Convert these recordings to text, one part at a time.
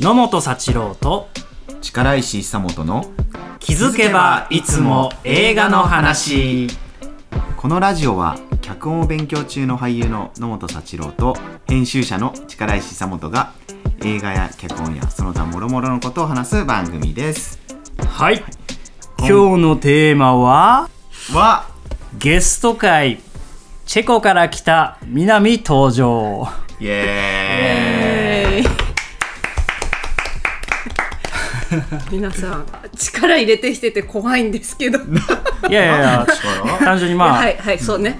野本幸郎と力石久本の気づけばいつも映画の話このラジオは脚本を勉強中の俳優の野本幸郎と編集者の力石久本が映画や脚本やその他諸々のことを話す番組ですはい今日のテーマははゲスト会チェコから来た南登場 イエーイ 皆さん力入れてきてて怖いんですけどいやいやいや力単純にまあ、はいはいそうね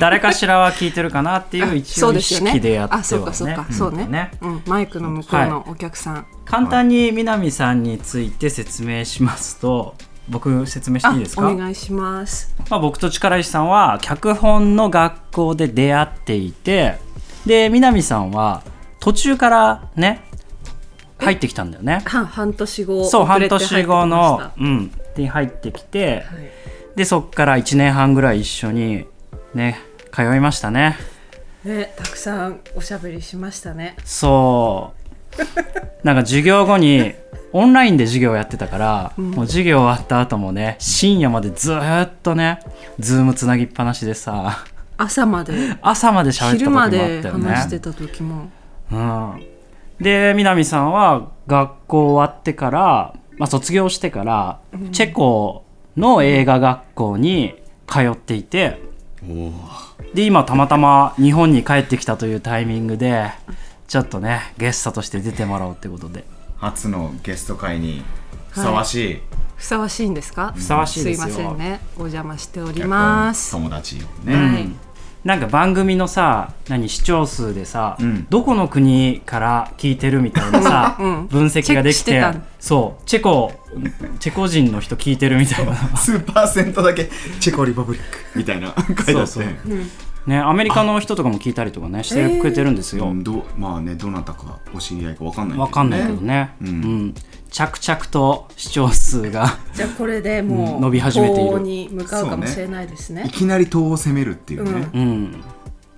誰かしらは聞いてるかなっていう一 そう応で意すよね識でやってはねあそうかそうか、んそうねうん、マイクの向こうのお客さん、簡単に南さんについて説明しますと僕説明していいですかあお願いしますまあ、僕と力石さんは脚本の学校で出会っていてで南さんは途中からね入ってきたんだよね半半年後そう遅半れて入って年後きまのしうんで入ってきて、たはいでそっから1年半ぐらい一緒にね通いましたねね、たくさんおしゃべりしましたね。そうなんか授業後にオンラインで授業やってたから、もう授業終わった後もね深夜までずーっとねズームつなぎっぱなしでさ朝まで、朝まで喋った時昼もあまったよねで話してた時も。うん、で南さんは学校終わってから、まあ、卒業してから、チェコの映画学校に通っていてで今たまたま日本に帰ってきたというタイミングでちょっとねゲストとして出てもらおうってことで初のゲスト会にふさわしい、ふさわしいんですか。ふさわしいですよすいませんね、お邪魔しております。友達よね、はい なんか番組のさ何視聴数でさ、んどこの国から聞いてるみたいなさ、 うん分析ができチてェックしてたそうチェコチェコ人の人聞いてるみたい な。数パーセントだけチェコリパブリックみたいな書いてあっ てそうそうね、アメリカの人とかも聞いたりとかねしてくれてるんですよ、うんどうまあねどなたかお知り合いかわかんないわかんないけどね、うん着々と視聴数が じゃあ、これでもうう。ん伸び始めている高音に向かうかもしれないですねい。きなり党を攻めるっていうね、うん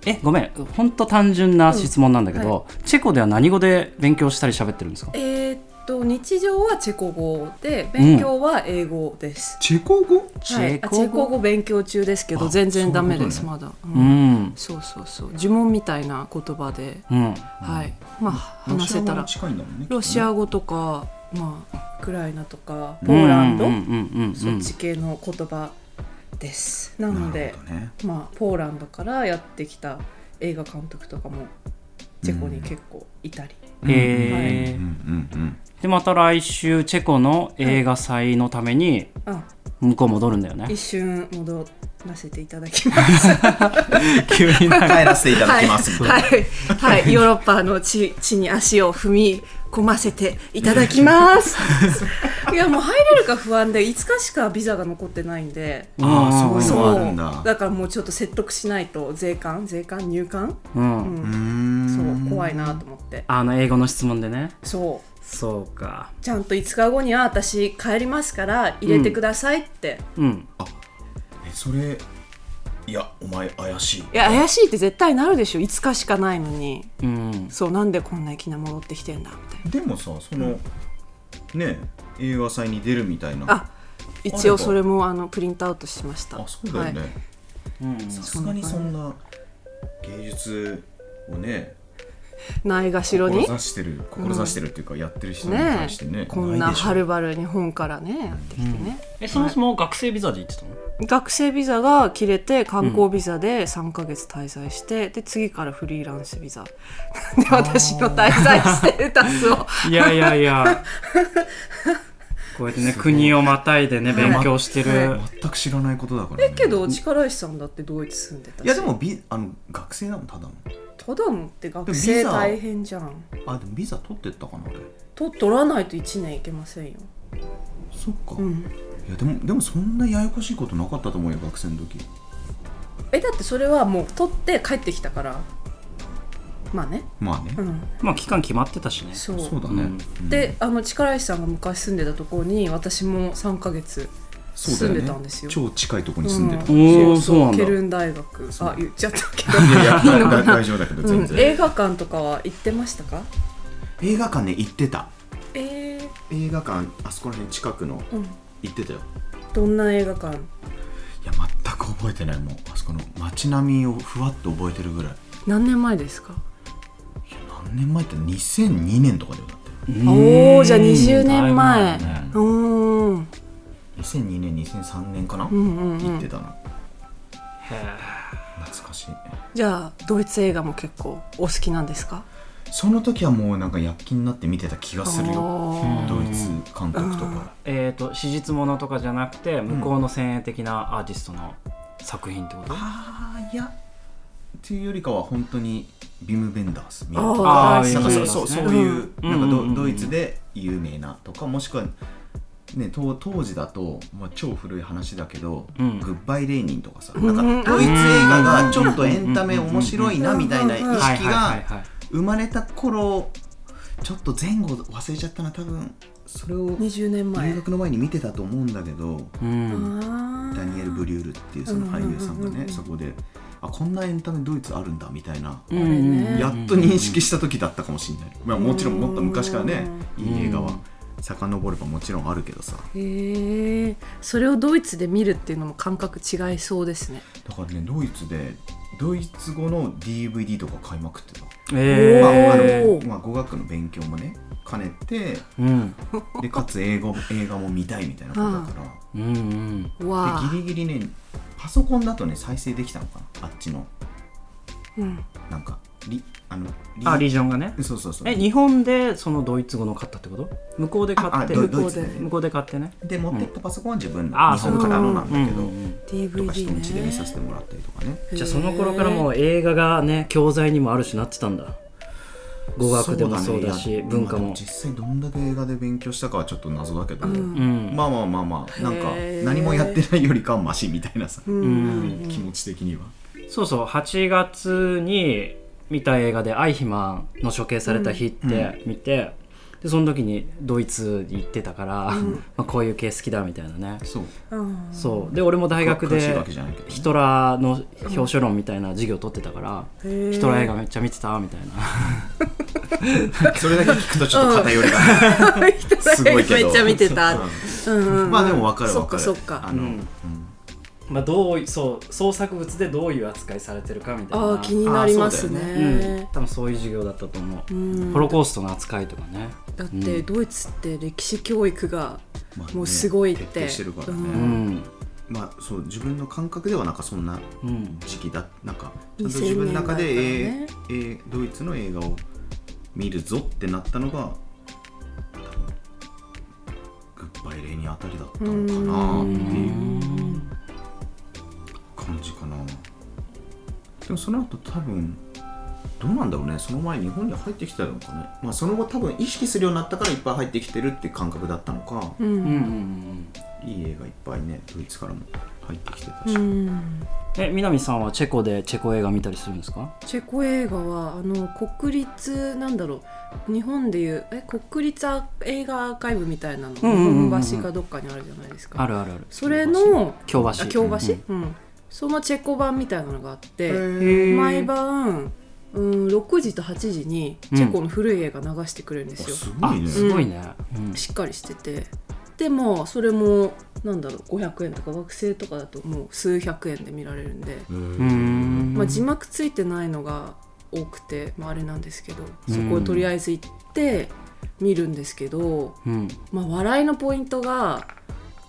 えごめんほんと単純な質問なんだけど、うんはチェコでは何語で勉強したり喋ってるんですかえーっと、日常はチェコ語で、勉強は英語です。チェコ語はい、あチェコ語勉強中ですけど、全然ダメです、そういまだ。ううんんそうそうそう、呪文みたいな言葉で。うんはい、まあ、話せたらロ。シア語に近いんだもんねロシきっア語とか、まあ、ウクライナとか、ポうんーランド、うんうんうんうんそっち系の言葉です。なとねので、なるほどねまあ、ポーランドからやってきた映画監督とかもチェコに結構いたり、へえ、うんうんでまた来週チェコの映画祭のためにあ向こう戻るんだよね、一瞬戻らせていただきます。 急になんうかん、帰ら せていただはい、きますみたいな、はい、はい、ヨーロッパの地地に足を踏み込ませていただきます。 いや、もう入れるか不安で、5日しかビザが残ってないんで。ああそういうのそがうあるんだだからもうちょっと説得しないと税関税関入管、うん、うんうーんそう怖いなと思ってあの英語の質問でねそうそうかちゃんと5日後には私帰りますから入れてくださいって、うんえそれいやお前怪しいいや怪しいって絶対なるでしょ5日しかないのにうんそうなんでこんな粋な戻ってきてんだみたいでなもさその、ね映画祭に出るみたいなあ一応それもあのプリントアウトしましたあそうだよねはい、うんさすがにそんな芸術をねないがしろに志してる志してるっていうか、やってる人にね対してねこんなはるばる日本からねやってきてね、えそもそも学生ビザで行ってたの、学生ビザが切れて観光ビザで3ヶ月滞在して、で次からフリーランスビザで私の滞在ステータスをい、やいやい やこうやってね国をまたいでね勉強してる、全く知らないことだから、ね、けど力石さんだってドイツ住んでたしいやでもビあの学生だもんただのただのって学でもビ生ザ大変じゃんあでもビザ取ってったかな俺と取らないと1年いけませんよそっか、うんいやでもでもそんなややこしいことなかったと思うよ学生の時えだってそれはもう取って帰ってきたからまあねまあね、うんまあ期間決まってたしねそうそうだね、うんであの力石さんが昔住んでたところに私も3ヶ月そうだよ住んねでたんですよ超近いとこに住んでた、うおおそそううなんだケルン大学あ言っちゃったけど いやいやいいのかな大丈夫だけどう全ん、然、映画館とかは行ってましたか映画館ね行ってたえー、映画館あそこら辺近くのうん行ってたよどんな映画館いや全く覚えてないもうあそこの街並みをふわっと覚えてるぐらい何年前ですかいや何年前って2002年とかだよだっておおじゃあ20年前だいぶだねうーん2002年2003年かな、うんうんう行ってんたな懐かしいじゃあドイツ映画も結構お好きなんですかその時はもうなんか躍起になって見てた気がするよおうんードイツ韓国とかえっ、と史実ものとかじゃなくて向こうの先鋭的なアーティストの作品ってこと、ああいやっていうよりかは本当にビム・ベンダースみたいなあああーなんかいいそでうすそねうそういう、うんなんかド,、うんうんうんドイツで有名なとかもしくは、ね、当当時だと、まあ、超古い話だけど、うんグッバイ・レーニンとかさ、んなんかドイツ映画うがんちょっとエンタメうん面白いなみたいな意うんはい識はいはいがはい生まれた頃ちょっと前後忘れちゃったな多分それを20年前留学の前に見てたと思うんだけどうんダダニエル・ブリュールっていうその俳優さんがね、そこであこんなエンタメドイツあるんだみたいなうんねやっと認識した時だったかもしれない、まあ、もちろんもっと昔からねういんい映画うはん遡ればもちろんあるけどさへえそれをドイツで見るっていうのも感覚違いそうですねだからねドイツでドイツ語の DVD とか買いまくってた、えまああーのまあ、語学の勉強もね兼ねてうんでかつ英語映画も見たいみたいなことだから、うんうんわあでギリギリねパソコンだとね再生できたのかなあっちのうんなんかリあのリあリージョンがねそうそうそうえ日本でそのドイツ語の買ったってこと向こうで買ああってドうイドイツで向こうで買ってねで持ってったパソコンは自分の、あー日本からのなんだけど、うんうんうんとか人ん家 DVD で見させねてもらったりとかねじゃあその頃からもう映画がね教材にもあるしなってたんだ語学でもそうだしねいや文化まもあ実際どんだけ映画で勉強したかはちょっと謎だけど、うんうんまあまあまあまあなんかへー何もやってないよりかはマシみたいなさ、うんうん気持ち的にはそうそう8月に見た映画でアイヒマンの処刑された日って見て、でその時にドイツに行ってたから、 まあ、こういう系好きだみたいなねそううんそうで俺も大学詳しいでわけじゃないけどね、ヒトラーの表彰論みたいな授業取ってたから、へえヒトラー映画めっちゃ見てたみたいなそれだけ聞くとちょっと偏りが、すごいけどめっちゃ見て たうんうんうんまあでも分かる分かるそっかそっかあの、ううんんまあどうそう創作物でどういう扱いされてるかみたいなああ気になりますあうんね、多分そういう授業だったと思う、うんホロコーストの扱いとかねだってドイツって歴史教育がまあねもうすごいっ徹て底してるからね、ううんんまあそう自分の感覚ではなんかそんなうん時期だなんかちゃんと自分の中で、 2000年代えーえードイツの映画を見るぞってなったのが多分グッバイレーニあたりだったのかなっていう感じかなでもその後多分どうなんだろうねその前日本に入ってきたのかねまあその後多分意識するようになったからいっぱい入ってきてるって感覚だったのか、ううんうんんうんいい映画いっぱいねドイツからも入ってきてたし、うんえ南さんはチェコでチェコ映画見たりするんですかチェコ映画はあの国立なんだろう日本でいうえ国立あ映画アーカイブみたいなの日うんうんうんうん本橋がどっかにあるじゃないですかあるあるあるそれの京橋あ京橋、うん、そのチェコ版みたいなのがあって、へー毎晩、うん、6時と8時にチェコの古い映画流してくれるんであすよ、すあごいねすごいね、うんしっかりしててでもそれもなんだろう500円とか学生とかだともう数百円で見られるんで、うーんまあ、字幕ついてないのが多くて、まあ、あれなんですけどそこをとりあえず行って見るんですけど、うんまあ、笑いのポイントが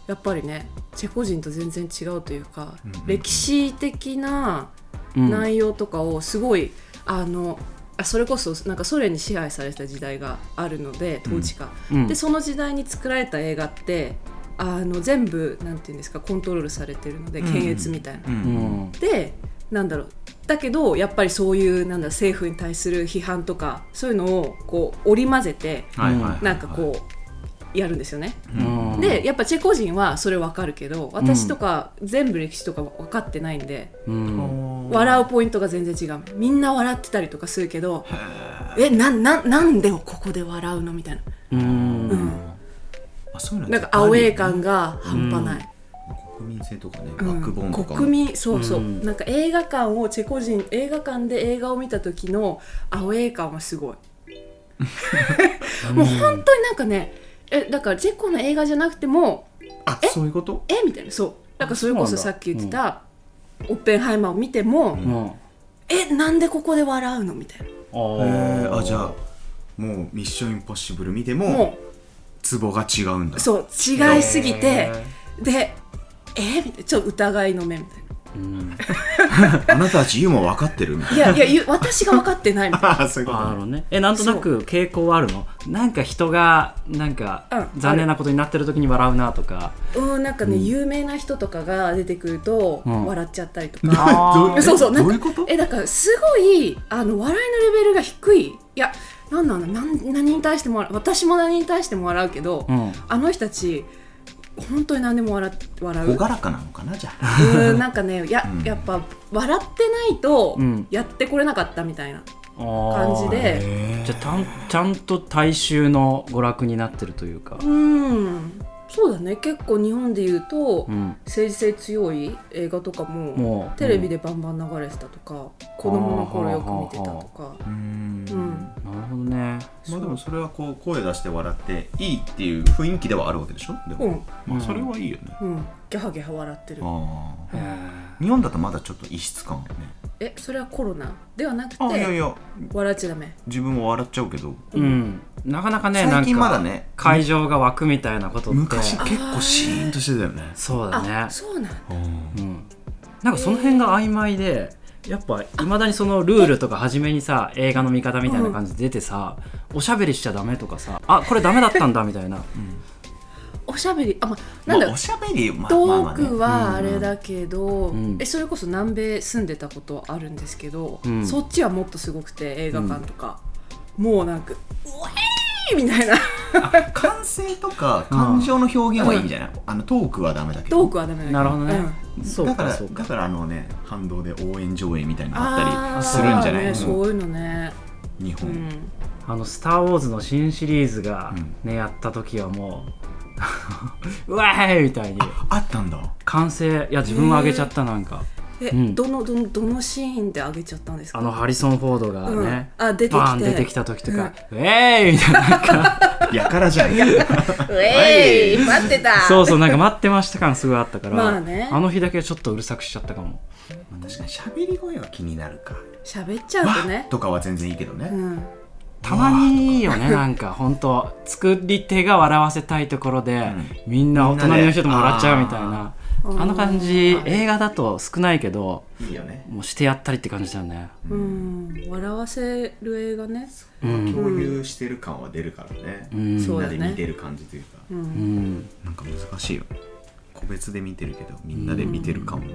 やっぱりねチェコ人と全然違うというか、うんうん歴史的なうん内容とかをすごい、あのあそれこそなんかソ連に支配されてた時代があるので統治下、うんでその時代に作られた映画ってあの全部なんていうんですかコントロールされてるのでうん検閲みたいな。うんうんでなんだろうだけどやっぱりそういうなんだろう政府に対する批判とかそういうのをこう織り交ぜてはいはいはいはいなんかこうやるんですよね。うんでやっぱチェコ人はそれわかるけど私とか全部歴史とか分かってないんで、うん笑うポイントが全然違うみんな笑ってたりとかするけどえなななんでここで笑うのみたいなうんあそういうのなんかアウェーやっぱ感が半端ない。り国民性とかね、うバんックボーンとかも国民そうそう、うんなんか映画館をチェコ人映画館で映画を見た時のアウェー感はすごいもう本当になんかねえだからチェコの映画じゃなくてもあそういうことえみたいなそうなんかそれこそうそなんださっき言ってた、オッペンハイマーを見ても、うんえなんでここで笑うのみたいなあへーーあじゃあもう「ミッションインポッシブル」見てももツボが違うんだうそう違いすぎてへーでえみたいなちょっと疑いの目みたいなうんあなたたち言うも分かってるみたいいやいやゆ私が分かっ てないみたいななあ ーそういうことあねのね、えなんとなく傾向はあるのなんか人がなんかうん残念なことになってる時に笑うなとか、うん、なんかね、うん有名な人とかが出てくると、うん笑っちゃったりとなか、あー どそうそうなどんかういうことえだからすごいあの笑いのレベルが低いいやなんなのなん何に対しても笑う私も何に対しても笑うけど、うん、あの人たち本当に何でも笑っ笑う朗らかなのかなじゃあうんなんかねやうんやっぱ笑ってないとうんやってこれなかったみたいな、感感じでじゃあたんちゃんと大衆の娯楽になってるというか、うんそうだね結構日本で言うと、うん、政治性強い映画とかももうテレビでバンバン流れてたとか、子供の頃よく見てたとかうーんうんなるほどねまあでもそれはこう声出して笑っていいっていう雰囲気ではあるわけでしょでも、うんまあそれはいいよね、うんギャハギャハ笑ってるああへ日本だとまだちょっと異質感あるねえそれはコロナではなくてあいやいや笑っちゃダメ自分も笑っちゃうけどーうん、なかなかね最近まだなんかね会場が湧くみたいなことって昔結構シーンとしてたよねそうだねあそうなんだうんうん、なんかその辺が曖昧でやっぱいまだにそのルールとか初めにさ映画の見方みたいな感じで出てさ、おしゃべりしちゃダメとかさあこれダメだったんだみたいなおしゃべりあまあまなんだあ、おしゃべりまあまあトまあーねクはあれだけど、んえそれこそ南米住んでたことはあるんですけど、うんそっちはもっとすごくて映画館とか、もうなんか「うえー!」みたいな 感性とか感情の表現はいいんじゃない、あのトークはダメだけどトークはダメだけなるほどね、うんそうだかからそうだかからあのね反動で応援上映みたいなのあったありするんじゃない、ーね、もそうういうのね、日う本、ん、あの「スター・ウォーズ」の新シリーズがね、やった時はもう うわーいみたいにあったんだ完成いや自分は上げちゃったなんか、え、うんどのどのどのシーンであげちゃったんですかあのハリソン・フォードがね、うんあ出てきてバーン出てきた時とか「うえーい!」みたいなやから じゃんうえーい待ってたそうそうなんか待ってました感すごいあったから、まあねの日だけちょっとうるさくしちゃったかも確かに喋り声は気になるか喋っちゃうとねとかは全然いいけどね、うんたまにいいよねなんか本当作り手が笑わせたいところで、みんな大人の人とも笑っちゃうみたいなみんあなであーの感じ映画だと少ないけどいいよねもうしてやったりって感じだよねうん、笑わせる映画ねうん、共有してる感は出るからね、うんみんそうなだでね見てる感じというかうん、なんか難しいよね個別で見てるけどみんなで見てる感も、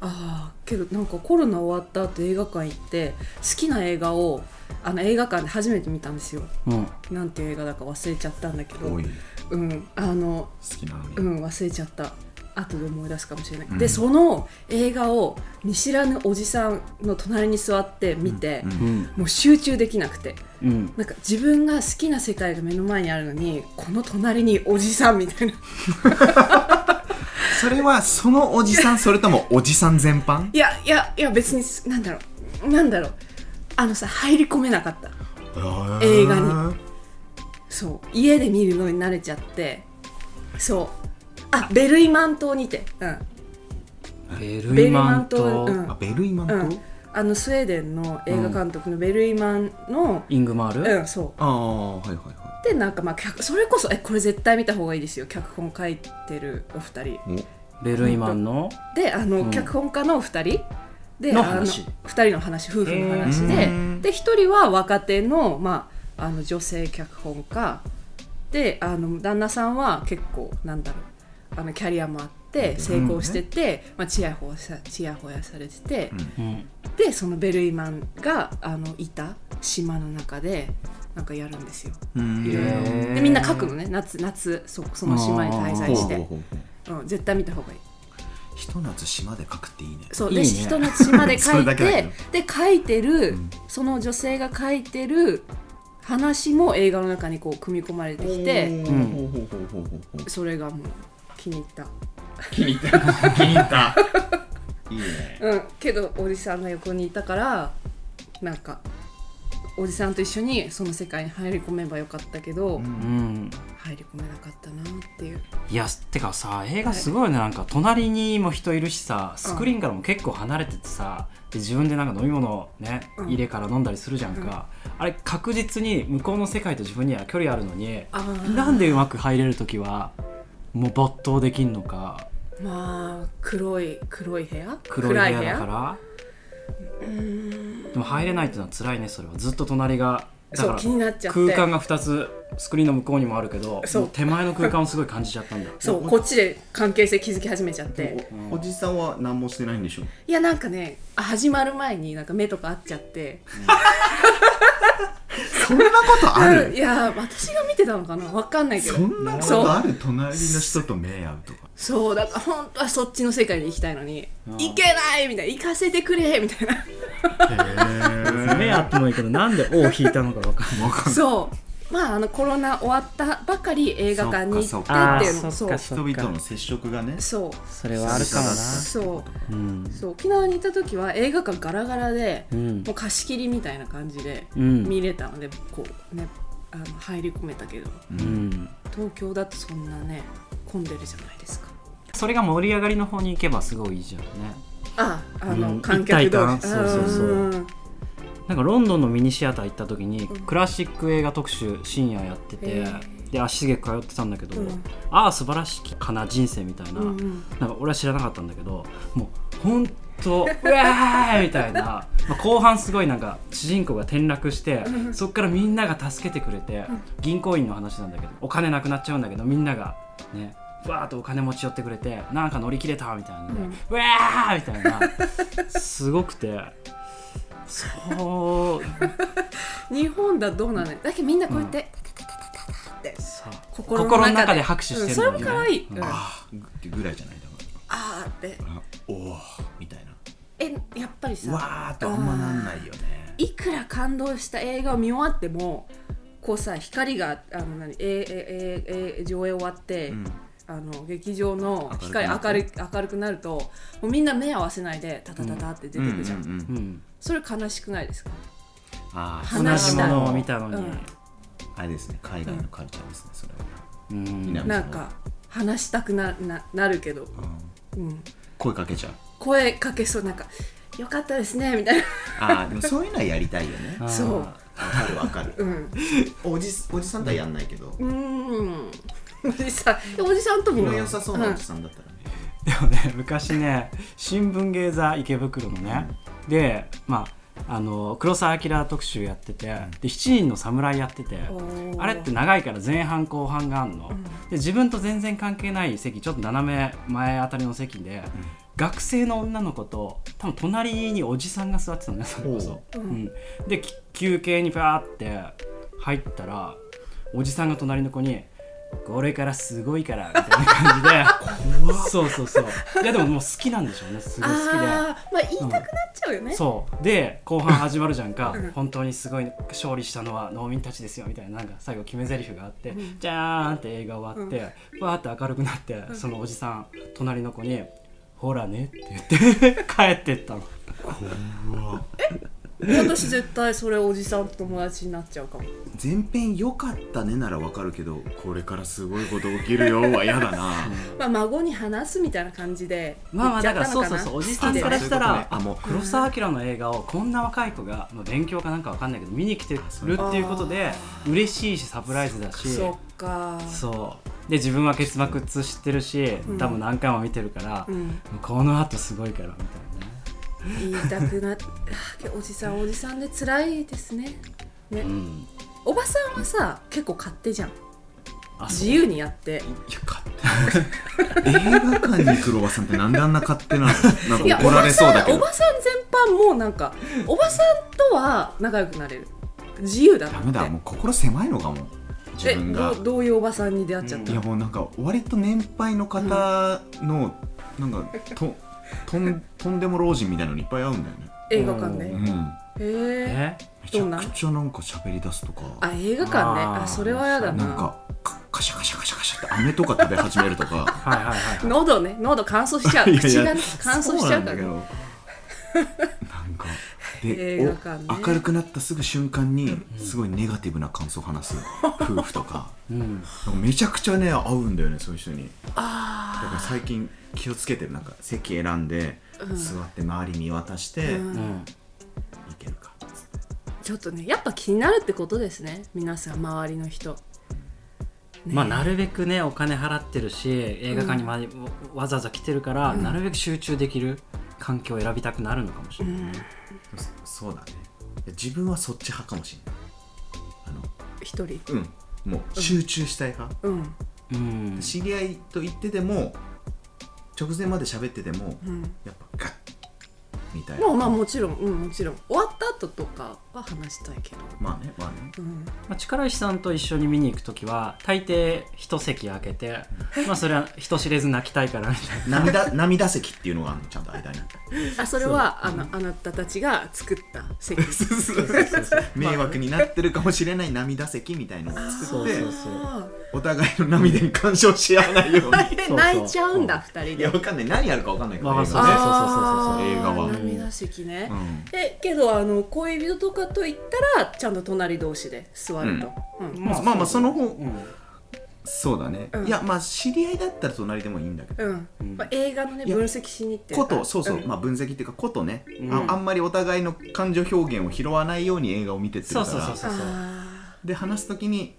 あーけどなんかコロナ終わった後映画館行って好きな映画をあの映画館で初めて見たんですようん、なんていう映画だか忘れちゃったんだけど多い好うんあのきなのに、うん忘れちゃった後で思い出すかもしれない、うんでその映画を見知らぬおじさんの隣に座って見て、うんうんもう集中できなくてうんなんか自分が好きな世界が目の前にあるのにこの隣におじさんみたいなそれはそのおじさんそれともおじさん全般いやいやいや別にすなんだろうなんだろうあのさ入り込めなかった映画にそう家で見るのに慣れちゃってそうあベルイマン島にてうんベベルルイイママンンと島あベルイマンうと、ん、うん、あのスウェーデンの映画監督のベルイマンのイングマーうん、ル、そああはいはいはうでなんかまあ脚それこそえこれ絶対見た方がいいですよ脚本書いてるお二人いベルイマンのであの、うん脚本家のお二人でのあ話二人の話夫婦の話へでーで一人は若手の,、まあ、あの女性脚本家であの旦那さんは結構なんだろうあのキャリアもあって成功してて、まあ、ちやほやさちやほやされてて、うんでそのベルイマンがあのいた島の中でなんかやるんですよ。おうんへーでみんな書くのね夏夏そその島に滞在して、ほうほうほうほうん、絶対見た方がいい。うひと夏島で書くっていいねそういいでね人の血までそ書 れいだけだけてどで書いてる、うんその女性が書いてる話も映画の中にこう組み込まれてきてほうほうほうほうほうほうそれがもう気に入った気に入った 気に入ったいいねうんけどおじさんが横にいたからなんかおじさんと一緒にその世界に入り込めばよかったけど、うん入り込めなかったなっていういやてかさ映画すごいねなんか隣にも人いるしさスクリーンからも結構離れててさ、で自分でなんか飲み物ねうん入れから飲んだりするじゃんか、あれ確実に向こうの世界と自分には距離あるのにあーなんでうまく入れる時はもう没頭できんのかまあ黒い黒い部屋黒い部屋だから暗い部屋うーんでも入れないっていうのは辛いねそれはずっと隣がだそかうら気になっちゃって空間が2つスクリーンの向こうにもあるけどそうもう手前の空間をすごい感じちゃった んだそうこっちで関係性築き始めちゃっておおじさんは何もしてないんでしょいやなんかね始まる前になんか目とか合っちゃってそんなことあうんる いや私が見てたのかなわかんないけどそんなことある隣の人と目合うとかそうだから本当はそっちの世界に行きたいのにうん行けないみたいな行かせてくれみたいな目あってもいいけどなんで尾を引いたのか分かんないそうまああのコロナ終わったばかり映画館に行そっってかっあてあいーうのそっそうか人そっ々かの接触がねそうそれはあるかもなそううんそう沖縄にいた時は映画館ガラガラで、うんもう貸し切りみたいな感じでうん見れたので、こうねあの入り込めたけどうん東京だとそんなね混んでるじゃないですかそれが盛り上がりの方に行けばすごいいいじゃんねああの、うん観客同一体感士そうそうそうんなんかロンドンのミニシアター行った時にクラシック映画特集深夜やっててへで足しげく通ってたんだけどうんああ素晴らしきかな人生みたいなうんうんなんか俺は知らなかったんだけどもうほんとうわーみたいな、まあ、後半すごいなんか主人公が転落してそっからみんなが助けてくれて銀行員の話なんだけどお金なくなっちゃうんだけどみんながねわーっとお金持ち寄ってくれてなんか乗り切れたみたいなね、うわーみたいなすごくてそう日本だとどうなのよだけどみんなこうやって、タタタタタタってさ心の中で心の中で拍手してるうんだよねそれも可愛い、うんうんああーってぐらいじゃないだかあーってらあおおみたいなえやっぱりうわさーってあんまなんないよねいくら感動した映画を見終わってもこうさ光があの何ええええ上映終わって、うんあの劇場の光明明るくなるる明るくなるともうみんな目合わせないでタタタタって出てくるじゃうん、んうんうんうんそれ悲しくないですかあー同話じしもたいのを見たのに、あれですね海外のカルチャーですねそれはうんうんなんか話したくなななるけど、うんうん、声かけちゃう声かけそうなんか「よかったですね」みたいな、あーでもそういうのはやりたいよねあーそうわかるわかるうん、おじおじさんとはやんないけどうーんおじさんおじさんともの良さそうなおんじさんだったらねでもね昔ね新聞芸座池袋のね、でまああの黒澤明特集やっててで7人の侍やってておーあれって長いから前半後半があんの、で自分と全然関係ない席ちょっと斜め前あたりの席で、学生の女の子と多分隣におじさんが座ってたのねそれこそ、うおうん、でき休憩にファーって入ったらおじさんが隣の子に「これからすごいから」みたいな感じでそうそうそういやでももう好きなんでしょうねすごい好きで。あーまあ言いたくなっちゃうよね、そうで後半始まるじゃんかうん本当にすごい勝利したのは農民たちですよみたいななんか最後決め台詞があって、じゃーんって映画終わってわ、ーって明るくなって、そのおじさん隣の子に「ほらね」って言って 帰ってったの私絶対それおじさんと友達になっちゃうかも前編良かったねならわかるけどこれからすごいこと起きる よは嫌だなまあ孫に話すみたいな感じでまあまあ言だかっらちゃそうったのそうなそうおじさん好きでからしたそういうらことねああもう黒澤明の映画をこんな若い子が、まあ、勉強かなんかわかんないけど見に来てるっていうことで嬉しいしサプライズだしそっかそうで自分は結末知ってるし多分何回も見てるから、うんこのあとすごいからみたいなね言いたくなっあおじさんおじさんで辛いですねね、んおばさんはさ結構勝手じゃんあそう自由にやってよかった映画館に来るおばさんってなんであんな勝手なのいなやんか怒られそうだけおどばさんおばさん全般もうなんかおばさんとは仲良くなれる自由だもんダメだもう心狭いのかも自え分がどうどういうおばさんに出会っちゃったいやもうなんか割と年配の方の、なんかととんとんでも老人みたいなのにいっぱい会うんだよね映画館で、ううへんええめちどんなゃくちゃなんか喋り出すとかあ映画館ねあーあそれはやだななんかかカシャカシャカシャカシャって飴とか食べ始めると かはいはいはいはい喉ね喉乾燥しちゃう いやいや口がね乾燥しちゃそなうからねんだけどなんかで映画館ねお明るくなったすぐ瞬間にすごいネガティブな感想を話す夫婦とかうん、めちゃくちゃね合うんだよねそういう人にだから最近気をつけてるなんか席選んで、うん座って周り見渡して、うんうん、いけるかっつってちょっとねやっぱ気になるってことですね皆さん周りの人、ねまあなるべくねお金払ってるし映画館にまでわざわざ来てるから、なるべく集中できる環境を選びたくなるのかもしれないね、そそうだね自分はそっち派かもしれないあの一人うんもう集中したい派、うんうん知り合いと言ってても直前まで喋ってても、うんやっぱガッみたいなもうまあもちろんうんもちろん終わった後とかは話したいけどまあねまあねうんまあ、力石さんと一緒に見に行く時は大抵一席空けて、まあ、それは人知れず泣きたいからみたいな 涙涙席っていうのがあるのちゃんと間にあそれはあのあなたたちが作った席迷惑になってるかもしれない涙席みたいのをそ作っうてそうそうあお互いの涙に干渉し合わないようーにそう泣いちゃうんだ二人いでやわかんない何やるかわかんないからわ映かん画ないねあそうそうそうそうそうー映画は涙席ね、うんえけどあの恋人とかと行ったらちゃんと隣同士で座ると、う んまあまあまあその方うんそうだね、うんいやまあ知り合いだったら隣でもいいんだけどうんんまあ、映画のねいや分析しに行ってるこからとそうそう、んまあ分析っていうかことね、うんああんまりお互いの感情表現を拾わないように映画を見てってるからそうそうそうそうあで話す時に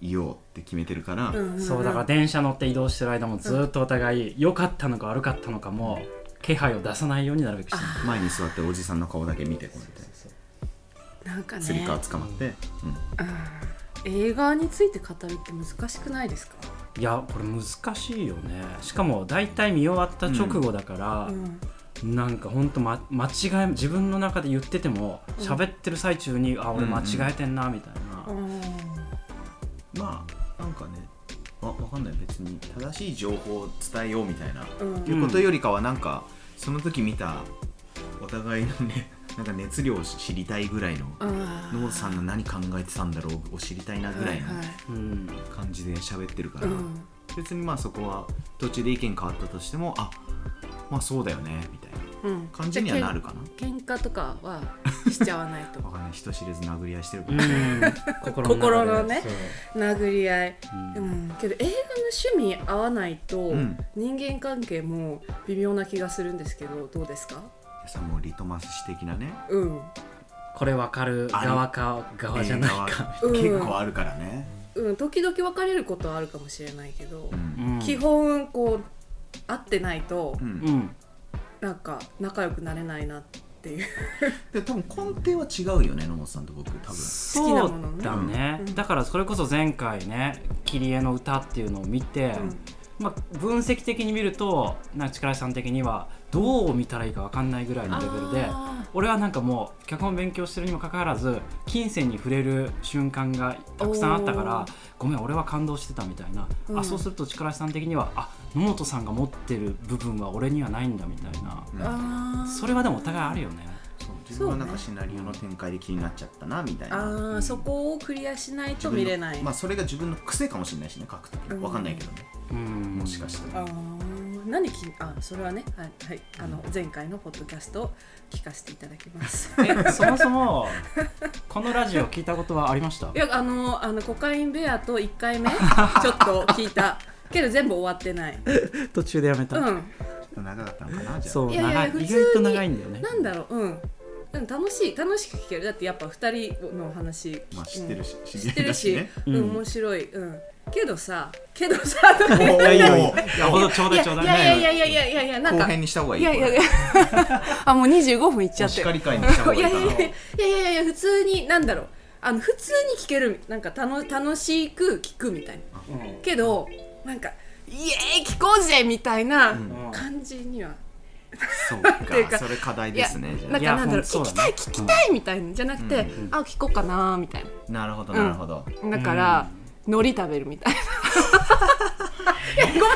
言おうって決めてるから、ーんんんそうだから電車乗って移動してる間もずっとお互い良かったのか悪かったのかも気配を出さないようになるべくしてる前に座ってるおじさんの顔だけ見てこうみたいなんかなスリねッカー捕まって、うん映画について語るって難しくないですか、いやこれ難しいよねしかも大体見終わった直後だからう、ん、なんかほんと、ま、間違い自分の中で言ってても喋ってる最中に、あ俺間違えてんなみたいな、まあなんかねわわかんない別に正しい情報を伝えようみたいな、うんっていうことよりかはなんかその時見たお互いのね なんか熱量を知りたいぐらいのあ野本さんが何考えてたんだろうを知りたいなーぐらいのはいはいうん感じで喋ってるから、うん別にまあそこは途中で意見変わったとしてもあまあそうだよねみたいなうん、感じにはなるかなけん喧嘩とかはしちゃわないとわかんない人知れず殴り合いしてるかうら、ん、心の中で心のねそう 殴り合い、ううんん、けど映画の趣味合わないとん人間関係も微妙な気がするんですけどどうですかさもうリトマス紙的なねうんこれ分かる側か側じゃないか、映画はうん結構あるからね、うん時々別れることはあるかもしれないけど、うんうん、基本こう会ってないとうんうんなんか仲良くなれないなっていうで多分根底は違うよね野本さんと僕多分そきなうものねだね、うんだからそれこそ前回ね「切り絵の歌」っていうのを見て、まあ、分析的に見るとなんか力石さん的にはどう見たらいいか分かんないぐらいのレベルであ俺はなんかもう脚本勉強してるにもかかわらず金銭に触れる瞬間がたくさんあったからおーごめん俺は感動してたみたいな、うんあそうすると力石さん的にはあ野本さんが持ってる部分は俺にはないんだみたいな、うんあーそれはでもお互いあるよね。そう自分はなんかシナリオの展開で気になっちゃったなみたいなあーそこをクリアしない自と分の見れない、まあそれが自分の癖かもしれないしね書くときうんわかんないけどね、うんもしかしたあら、ー何きあそれはねはい、はい、あの前回のポッドキャストを聞かせていただきます えそもそもこのラジオ聞いたことはありましたいやあのあのコカインベアと1回目 ちょっと聞いたけど全部終わってない途中でやめた、う長かったのかなじゃあそういやいや長い普通に意外と長いんだよねんなんだろううんうん楽しい楽しく聞けるだってやっぱ2人のお話、まあ知ってるしうん知知り合ってい だるしし、ねうんうん面白いうんけどさけど さもういやいやいやほどちょうだいいやちょうだいいやいやいやいやいやいやなん後か編にした方がいいいやいやい やあもう25分いっちゃおって叱るり会にした方がいいいやかいなやいやいやいやいや普通になんだろうあの普通に聞けるなんかたの楽しく聞くみたいなうんけどなんか「イエーイ聞こうぜ!」みたいなうん感じには、そうていうかかそれ課題いでやすねじなゃんかなんいだろうやそう聞だきたいね聞きたいみたいなじゃなくて、うんあ聞こうかなみたいあなるほどうんなるほど、なだから、海苔食べるみたいない やごめん違う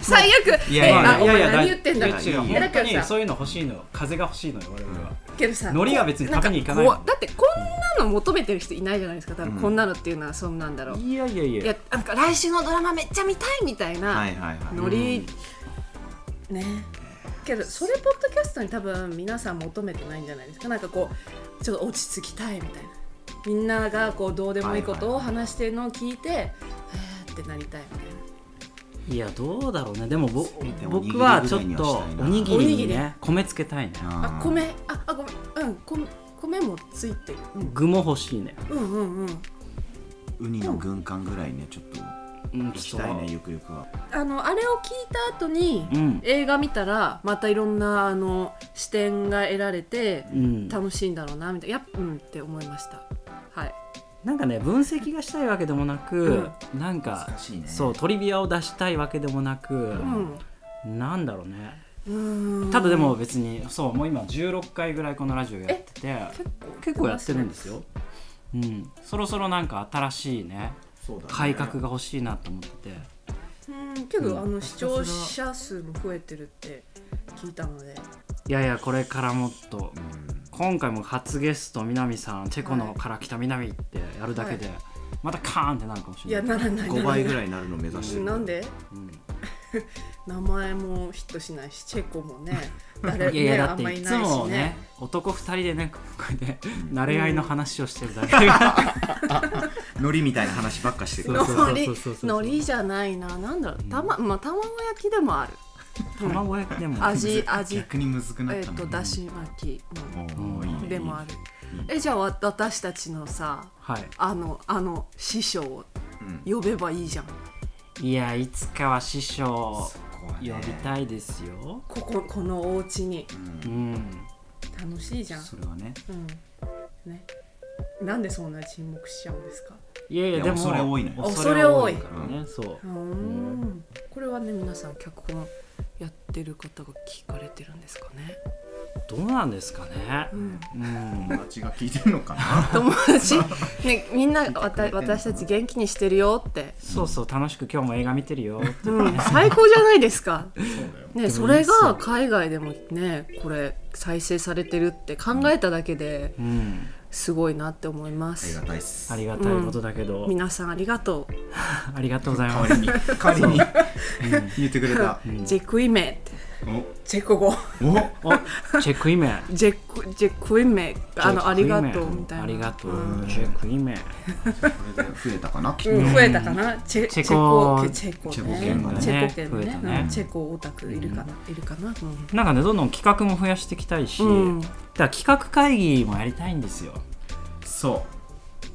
最悪いやいやえあいやいやお前何言ってんだいかやら違ういやだ本当からさにそういうの欲しいのよ風が欲しいのよ我々は、けどさ海苔は別に食べに行かないんこうだってこんなの求めてる人いないじゃないですか多分うんこんなのっていうのはそんなんだろう、いやいやいやいやなんか来週のドラマめっちゃ見たいみたいな、はいはいはいノリ、ねけどそれポッドキャストに多分皆さん求めてないんじゃないですかなんかこうちょっと落ち着きたいみたいなみんながこうどうでもいいことを話してるのを聞いてえーってなりたいみたいないやどうだろうねでもぼておにぎり僕はちょっとおぐらいににぎはしたいなりおにぎにりね米つけたいねああ米ああごめんうん米米もついてる、うん、具も欲しいねうんうんうんウニの軍艦ぐらいねちょっとうん行きたいねゆくゆくはあのあれを聞いた後に、うん映画見たらまたいろんなあの視点が得られてうん楽しいんだろうなみたいなやっうんって思いましたはいなんかね分析がしたいわけでもなく、なんか難しいねそうトリビアを出したいわけでもなく、うんなんだろうねうーんただでも別にそうもう今16回ぐらいこのラジオやってて結構結構やってるんですよ、うん、そろそろなんか新しいねそうだね改革が欲しいなと思っててうんけど、うんあの視聴者数も増えてるって聞いたのでいやいやこれからもっとうん今回も初ゲスト南さんチェコのはいから来た南ってやるだけで、はまたカーンってなるかもしいれやないならない5倍ぐいらいになるの目指してるなんでうん名前もヒットしないしチェコも ねい誰やいねやだあっんまてりいいつないしもねね男2人でねここで慣れ合いの話をしてるだけが海苔みたいな話ばっかしてくるそうそうのりそうそうそうそうのりじゃないななんだろうたま、まあ、卵焼きでもある卵焼きでも味味逆にむずくなえっったとのだし巻きおーいいもねでもあるいいねえじゃあわ私たちのさはいあのあの師匠をうん呼べばいいじゃんいやいつかは師匠そこは呼びねたいですよ、こここのお家にううんん楽しいじゃんそれはねうんねなんでそんな沈黙しちゃうんですかいやいいややでも恐れ多いね恐れ多い恐れ多いからね、そうううんこれはね皆さん脚本やってる方が聞かれてるんですかね、どうなんですかねうん、うん友達が聞いてるのか な友達ねみんなわた私たち元気にしてるよってそうそう楽しく今日も映画見てるよってうん、最高じゃないですか。そうでもいいっだよね、すよそれが海外でもね、これ再生されてるって考えただけでうんすごいなって思いあまりがす。たいっすありがたいことだけど、皆さんありがとありがとうござい代まわすりに代わりに言ってくれたう。ジェクイメってチェコ語、おおおチェックイ メジェクジェクイメあのありがとうみたいな。ありがとう、うんチェックイメこれで増えたかなきっとうん増えたかな。チェチチェコェコチェコチェコね圏がねチェコ圏ね増えたねうんチェコオタクいるかないるかな。うんなんかねどんどん企画も増やしていきたいし、うんだから企画会議もやりたいんですよ、そ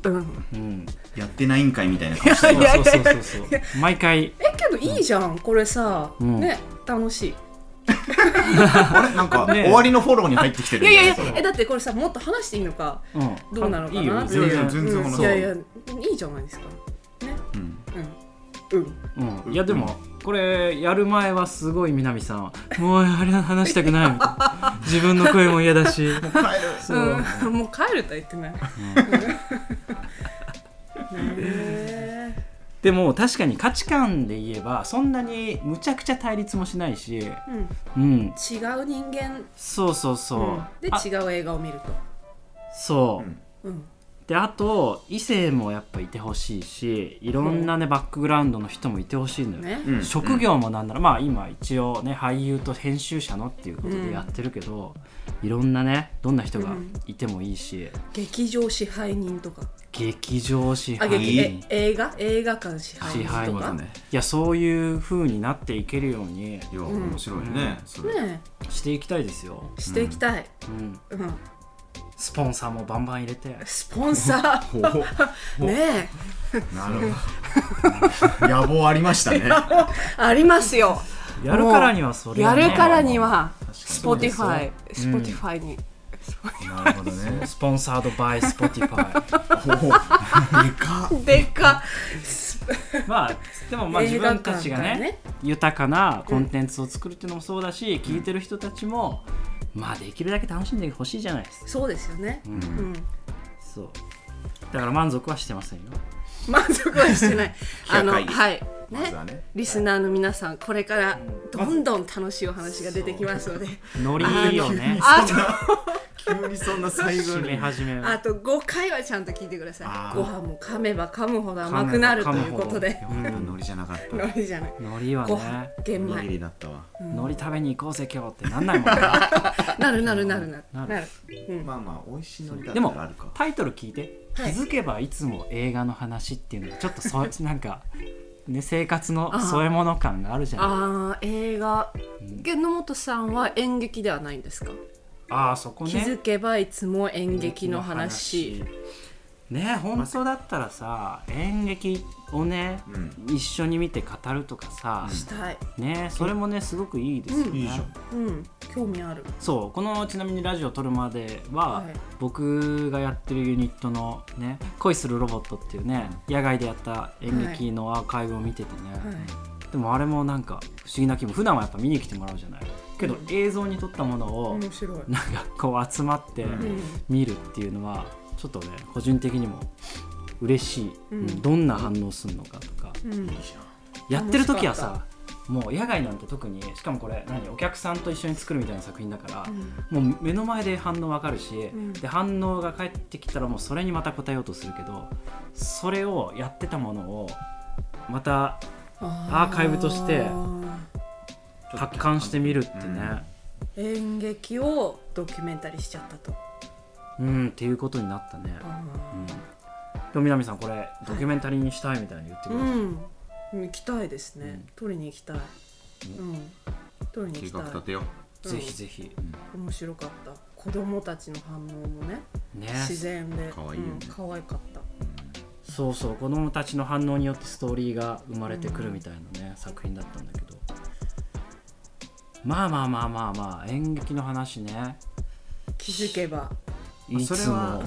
うん。 うん、うやってないんかいみたいな 顔してそうるそうそうそうそう毎回えけどいいじゃんこれさうんね楽しい。あれなんかねえ終わりのフォローに入ってきているやんいだやいよやそれえだってこれさもっと話していいのかうんどうなのかいいよなって全いう然全然話うんそういやいやいいじゃないですかねうんうんうんうん、いやでもこれやる前はすごい南さんはもうあれは話したくないみたい な自分の声も嫌だし帰るそう、うん もう帰るとは言ってないねえでも確かに価値観で言えばそんなにむちゃくちゃ対立もしないしうんうん違う人間そうそうそう、うんであ違う映画を見るとそう、うんうんであと異性もやっぱいてほしいしいろんなね、バックグラウンドの人もいてほしいのよ、ねうん職業もなんなら、まあ今一応ね俳優と編集者のっていうことでやってるけど、いろんなねどんな人がいてもいいし、劇場支配人とか劇場支あ配劇え人映画映画館支配支配人と人かねいやそういう風になっていけるようにいや面白いねそれねしていきたいですよ、えしていきたいうん、うん スポンサーもバンバン入れてスポンサほほーねえなるほど野望ありましたねありますよやるからにはそれやはねるからには確かにそ Spotify うですよ Spotify になるほどねスポンサードバイスポティファイほ ほでかでっかまあでもまあ映自画分たちがね館からね豊かなコンテンツを作るっていうのもそうだし、聞いてる人たちもまあできるだけ楽しんでほしいじゃないですかそうですよねううんんそうだから満足はしてませんよ満足はしてないあの企画はいまずねはねリスナーの皆さんこれからどんどん楽しいお話が出てきますのでノリをねあと急にそんな最後締めに始めあと5回はちゃんと聞いてくだあさーいご飯も噛めば噛むほど甘くなるということでよかった海苔じゃなかった海苔じゃない海苔はご飯ね玄おにぎ米りだったわ海苔食べに行こうぜ今日ってなんないもん ねなるなるなるなるななるるまあまあ美味しい海苔でだっもたらあるかタイトル聞いて、はい気づけばいつも映画の話っていうのがちょっとそうなんか、ね、生活の添え物感があるじゃないあー映画野本さんは演劇ではないんですかああーそこね気づけばいつも演劇の話ね本当だったらさ演劇をね、う一緒に見て語るとかさ、したいねそれもねすごくいいですよね、いいじゃんうん興味あるそうこのちなみにラジオ撮るまでは、はい僕がやってるユニットの、ね「恋するロボット」っていうね野外でやった演劇のアーカイブを見ててね、はいでもあれもなんか不思議な気分普段はやっぱ見に来てもらうじゃないけど、映像に撮ったものを、面白いなんかこう集まってん見るっていうのはちょっとね個人的にも嬉しい、うんどんな反応するのかとか、うんいいじゃんやってる時はさもう野外なんて特にしかもこれ何お客さんと一緒に作るみたいな作品だから、もう目の前で反応わかるし、んで反応が返ってきたらもうそれにまた答えようとするけどそれをやってたものをまたアアーカイブとして発刊してみるってね演劇をドキュメンタリーしちゃったとうん、っていうことになったね、うん、でも南さんこれドキュメンタリーにしたいみたいに言ってくうれた、ん行きたいですね取りに行きたいうん取りに計行きた画立ていよぜひぜひ、面白かった子供たちの反応もねね自然で可愛いよねうん可愛かったそうそう子供たちの反応によってストーリーが生まれてくるみたいなね、作品だったんだけどまあまあまあまあまあ演劇の話ね気づけばいそれつはも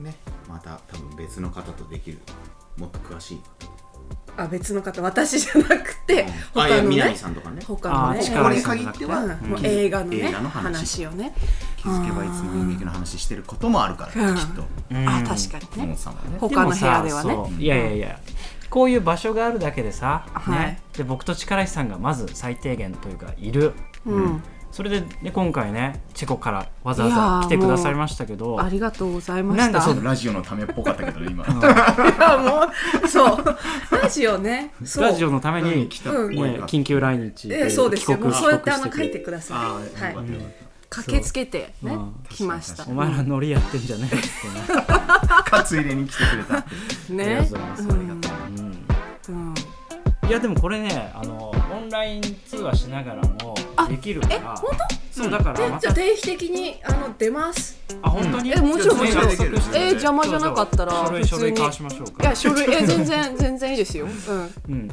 うんねまた多分別の方とできるもっと詳しいあ別の方私じゃなくてあい他やのね南さんとかね他のあねーここに限っては、うんうんもう映画のね映画の話話をね気づけばいつも演劇の話してることもあるから、うんきっとあ確野かにね本さんはね他の部屋ではもさねそういやいやいやこういう場所があるだけでさ、はいね、で僕と力石さんがまず最低限というかいるうんそれで、ね、今回ねチェコからわざわざ来てくださいましたけどありがとうございまなしんたかそうラジオのためっぽかったけどね今、そうラジオねそうラジオのために、ね、来たうん声が、緊急来日ええそうですよ。帰もう国そうやってあ帰の国書いくてるください。ああ、はいよか。ったよかっ駆けつけてねうん来ました。お前らノリやってんじゃねえってねたかつ入れに来てくれたっあてりねがとうございますうんうんいやでもこれねあのオンライン通話しながらもできるからえ本そうだからえまじたゃあ定期的にあの出ます。あ本当に、えもちろんもちろんできるえ邪魔じゃなかったら書類書普通類に交わしましょういかや書類え全然 全然いいですよ。うん。うん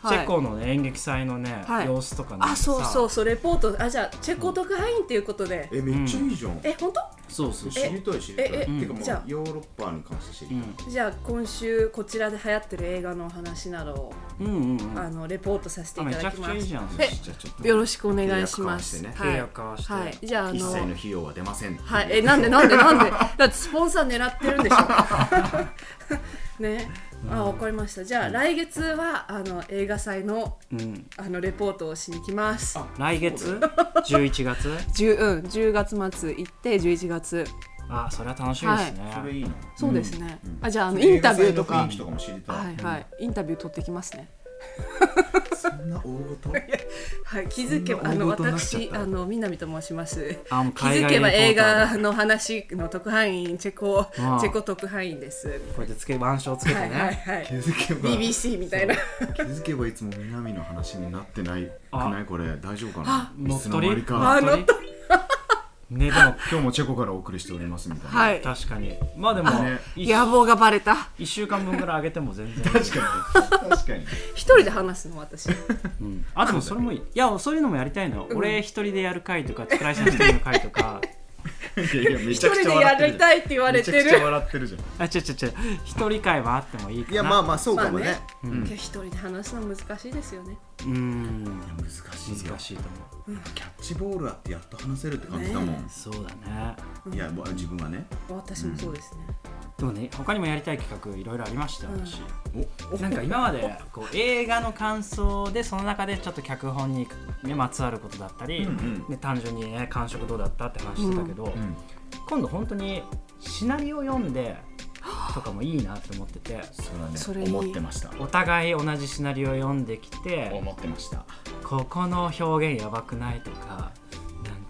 チはいェコの、ね、演劇祭のね、はい様子とかねあそうさそうそうレポートあじゃあチェコ特派員ということで。えめっちゃいいじゃん、え本当？そうそう知りたい知りたいええてかもうじゃあヨーロッパに関して知りたい、うんじゃあ今週こちらで流行ってる映画のお話などをうんうんうんあのレポートさせてあいめたちゃだくきちゃまいいすじ。ゃんえじゃあちょっとよろしくお願いします。契約交わしてはい契約交わしてはい。じゃああ一切のの費用は出ませんはい、え、なんでなんでなんで、 だってスポンサー狙ってるんでしょ。 ね、あ、わかりました。じゃあ、来月は、あの映画祭の、うん、あのレポートをしに来ます。来月11月十、うん、10月末行って、11月。あそれは楽しみですね、それいいのそうですね。うんあ、じゃあ、あのインタビューと映画祭の雰か囲。気とかも知りたい、はい、はい、インタビュー取ってきますね。そんな大ごとはい、気づけば、そあんなの、大事になっちゃっ私、たあの、南と申します。あもう気海外づレけポば映ーターだ画の話の特派員、チェコ、チああェコ特派員です。こうやってつけ腕章つけてね、はい、はい、は い気。づけば BBC みたいな。気づけばいつも南の話になってないくないこれ大丈夫かな乗っいつの取間りに乗っか取りねでも今日もチェコからお送りしておりますみたいな、はい。確かにまあでもね一野望がバレた。一週間分ぐらい上げても全然確かに確かに一人で話すの私うんあでも それもいいいやそういうのもやりたいの、俺一人でやる回とか力石さん一人の回とかいやいやめ一ちゃ人くちゃで笑やってるりたいって言われてめちゃくちゃる笑ってるじゃんあちょちょちょ 一人会はあってもいいかないやまあまあそうかもね,、まあねうんいや一人で話すの難しいですよねうーんいや難しいよ難しいと思キャッチボールだってやっと話せるって感じだもん、うそうだねいやもう自分はね私もそうですね、でもね他にもやりたい企画いろいろありましたようん私、おなんか今までこう映画の感想でその中でちょっと脚本に、ね、まつわることだったり、うんうんね、単純に、ね、感触どうだったって話してたけど、ん今度本当にシナリオ読んでとかもいいなって思っててそれはねそれいい思ってましたお互い同じシナリオ読んできて思ってましたここの表現やばくないとか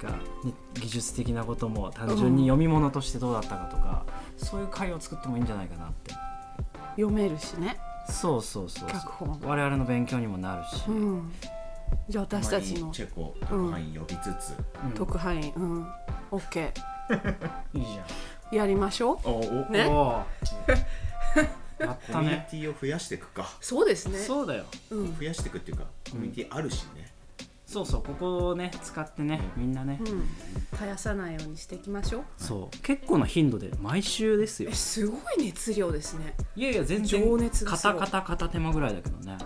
なんか、ね技術的なことも単純に読み物としてどうだったかとか、そういう回を作ってもいいんじゃないかなって読めるしねそうそうそうそう脚本我々の勉強にもなるし、うんじゃあ私たちたまのにチェコ特派員呼びつつ、うん特派員うん OK いいじゃんやりましょうおおねおーやっコたミュニねティを増やしていくかそうですねそうだようん増やしていくっていうかコミュニティあるしね、そうそうここをね使ってねみんなね、うん、絶やさないようにしていきましょうそう結構な頻度で毎週ですよえすごい熱量ですねいやいや全然情熱がカすごタカいタ片手間ぐらいだけどね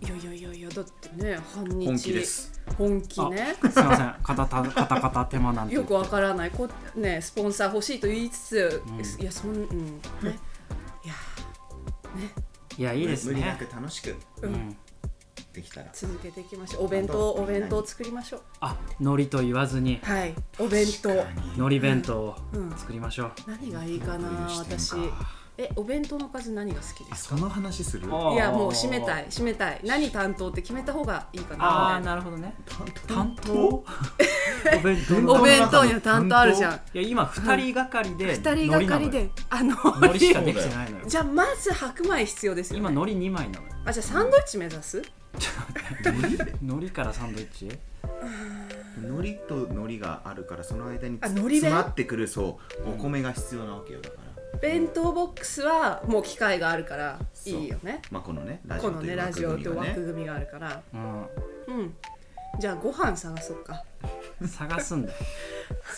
いやいやいやいやだってね半日本気です本気ねあすいません片た片片手間なんて言よっくてわからないこねスポンサー欲しいと言いつつ、いやそんうんねいやいやいいです無理なねく楽しくうん、できたら続けていきましょうお弁当あとお弁当を作りましょうあのりと言わずにはいお弁当確かにのり弁当をうん作りましょう、何がいいかなどういう視点私かえお弁当の数何が好きであすその話するあかーいやもう締めたい締めたい何担当って決めた方がいいかああなみたいななるほどね担当担 当お弁当なるほどお弁当には担当あるじゃん いや今二人がかりで二人がかりであののりしかできてないのよじゃあまず白米必要ですよ、ね、今のり2枚なのよあじゃあサンドイッチ目指すのりからサンドイッチ海苔と海苔があるからその間にあつ海苔弁詰まってくるそうお米が必要なわけよだから弁当ボックスはもう機械があるからいそういよねまあこのねラジこオのといねうラ枠ジオ組みとは枠ね組みがあるからううんじゃあご飯探そうかん探すんだよ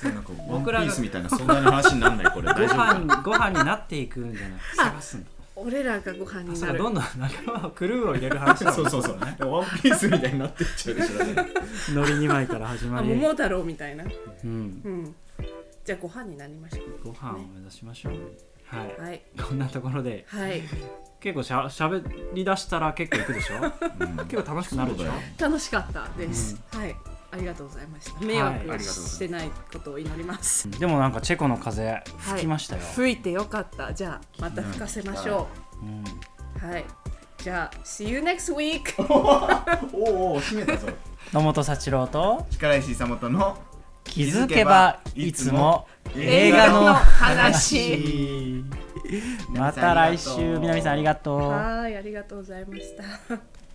そうなんかワンピ僕らがースみたいなそんな話になんないこれご大丈夫か飯ご飯になっていくんじゃなくて探すんだ俺らがご飯にそうなかるどんどん仲間をクルーを入れる話だそうそうそうワンピースみたいになってっちゃうでしょだか らのり2枚から始まあり桃太郎みたいなうんうんじゃあご飯になりましょうご飯を目指しましょうはいはいこんなところではい結構しゃしゃべりだしたら結構いくで しょ結構楽しくなるでしょそうだよ楽しかったです、はいありがとうございました迷ありがとうござ惑いますしてないことを祈りますでもなんかチェコの風吹きましたよ、はい吹いてよかったじゃあまた吹かせましょうんうはいじゃあ See you next week! おうおう閉めたぞ野本幸郎と力石久本の気づけばいつも映画の話また来週南さんありがとうはいありがとうございました